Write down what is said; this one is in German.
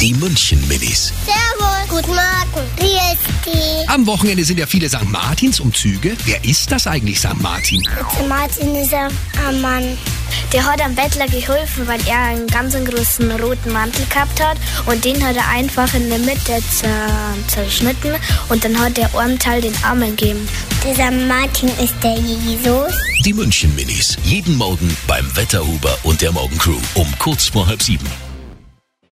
Die München-Minis. Servus. Guten Morgen. Wie ist die? Am Wochenende sind ja viele St. Martins-Umzüge. Wer ist das eigentlich, St. Martin? Der Martin ist ein ein Mann. Der hat einem Bettler geholfen, weil er einen ganz großen roten Mantel gehabt hat und den hat er einfach in der Mitte zer- zerschnitten und dann hat der einen Teil den Armen gegeben. Dieser Martin ist der Jesus. Die München-Minis. Jeden Morgen beim Wetterhuber und der Morgencrew um kurz vor halb sieben.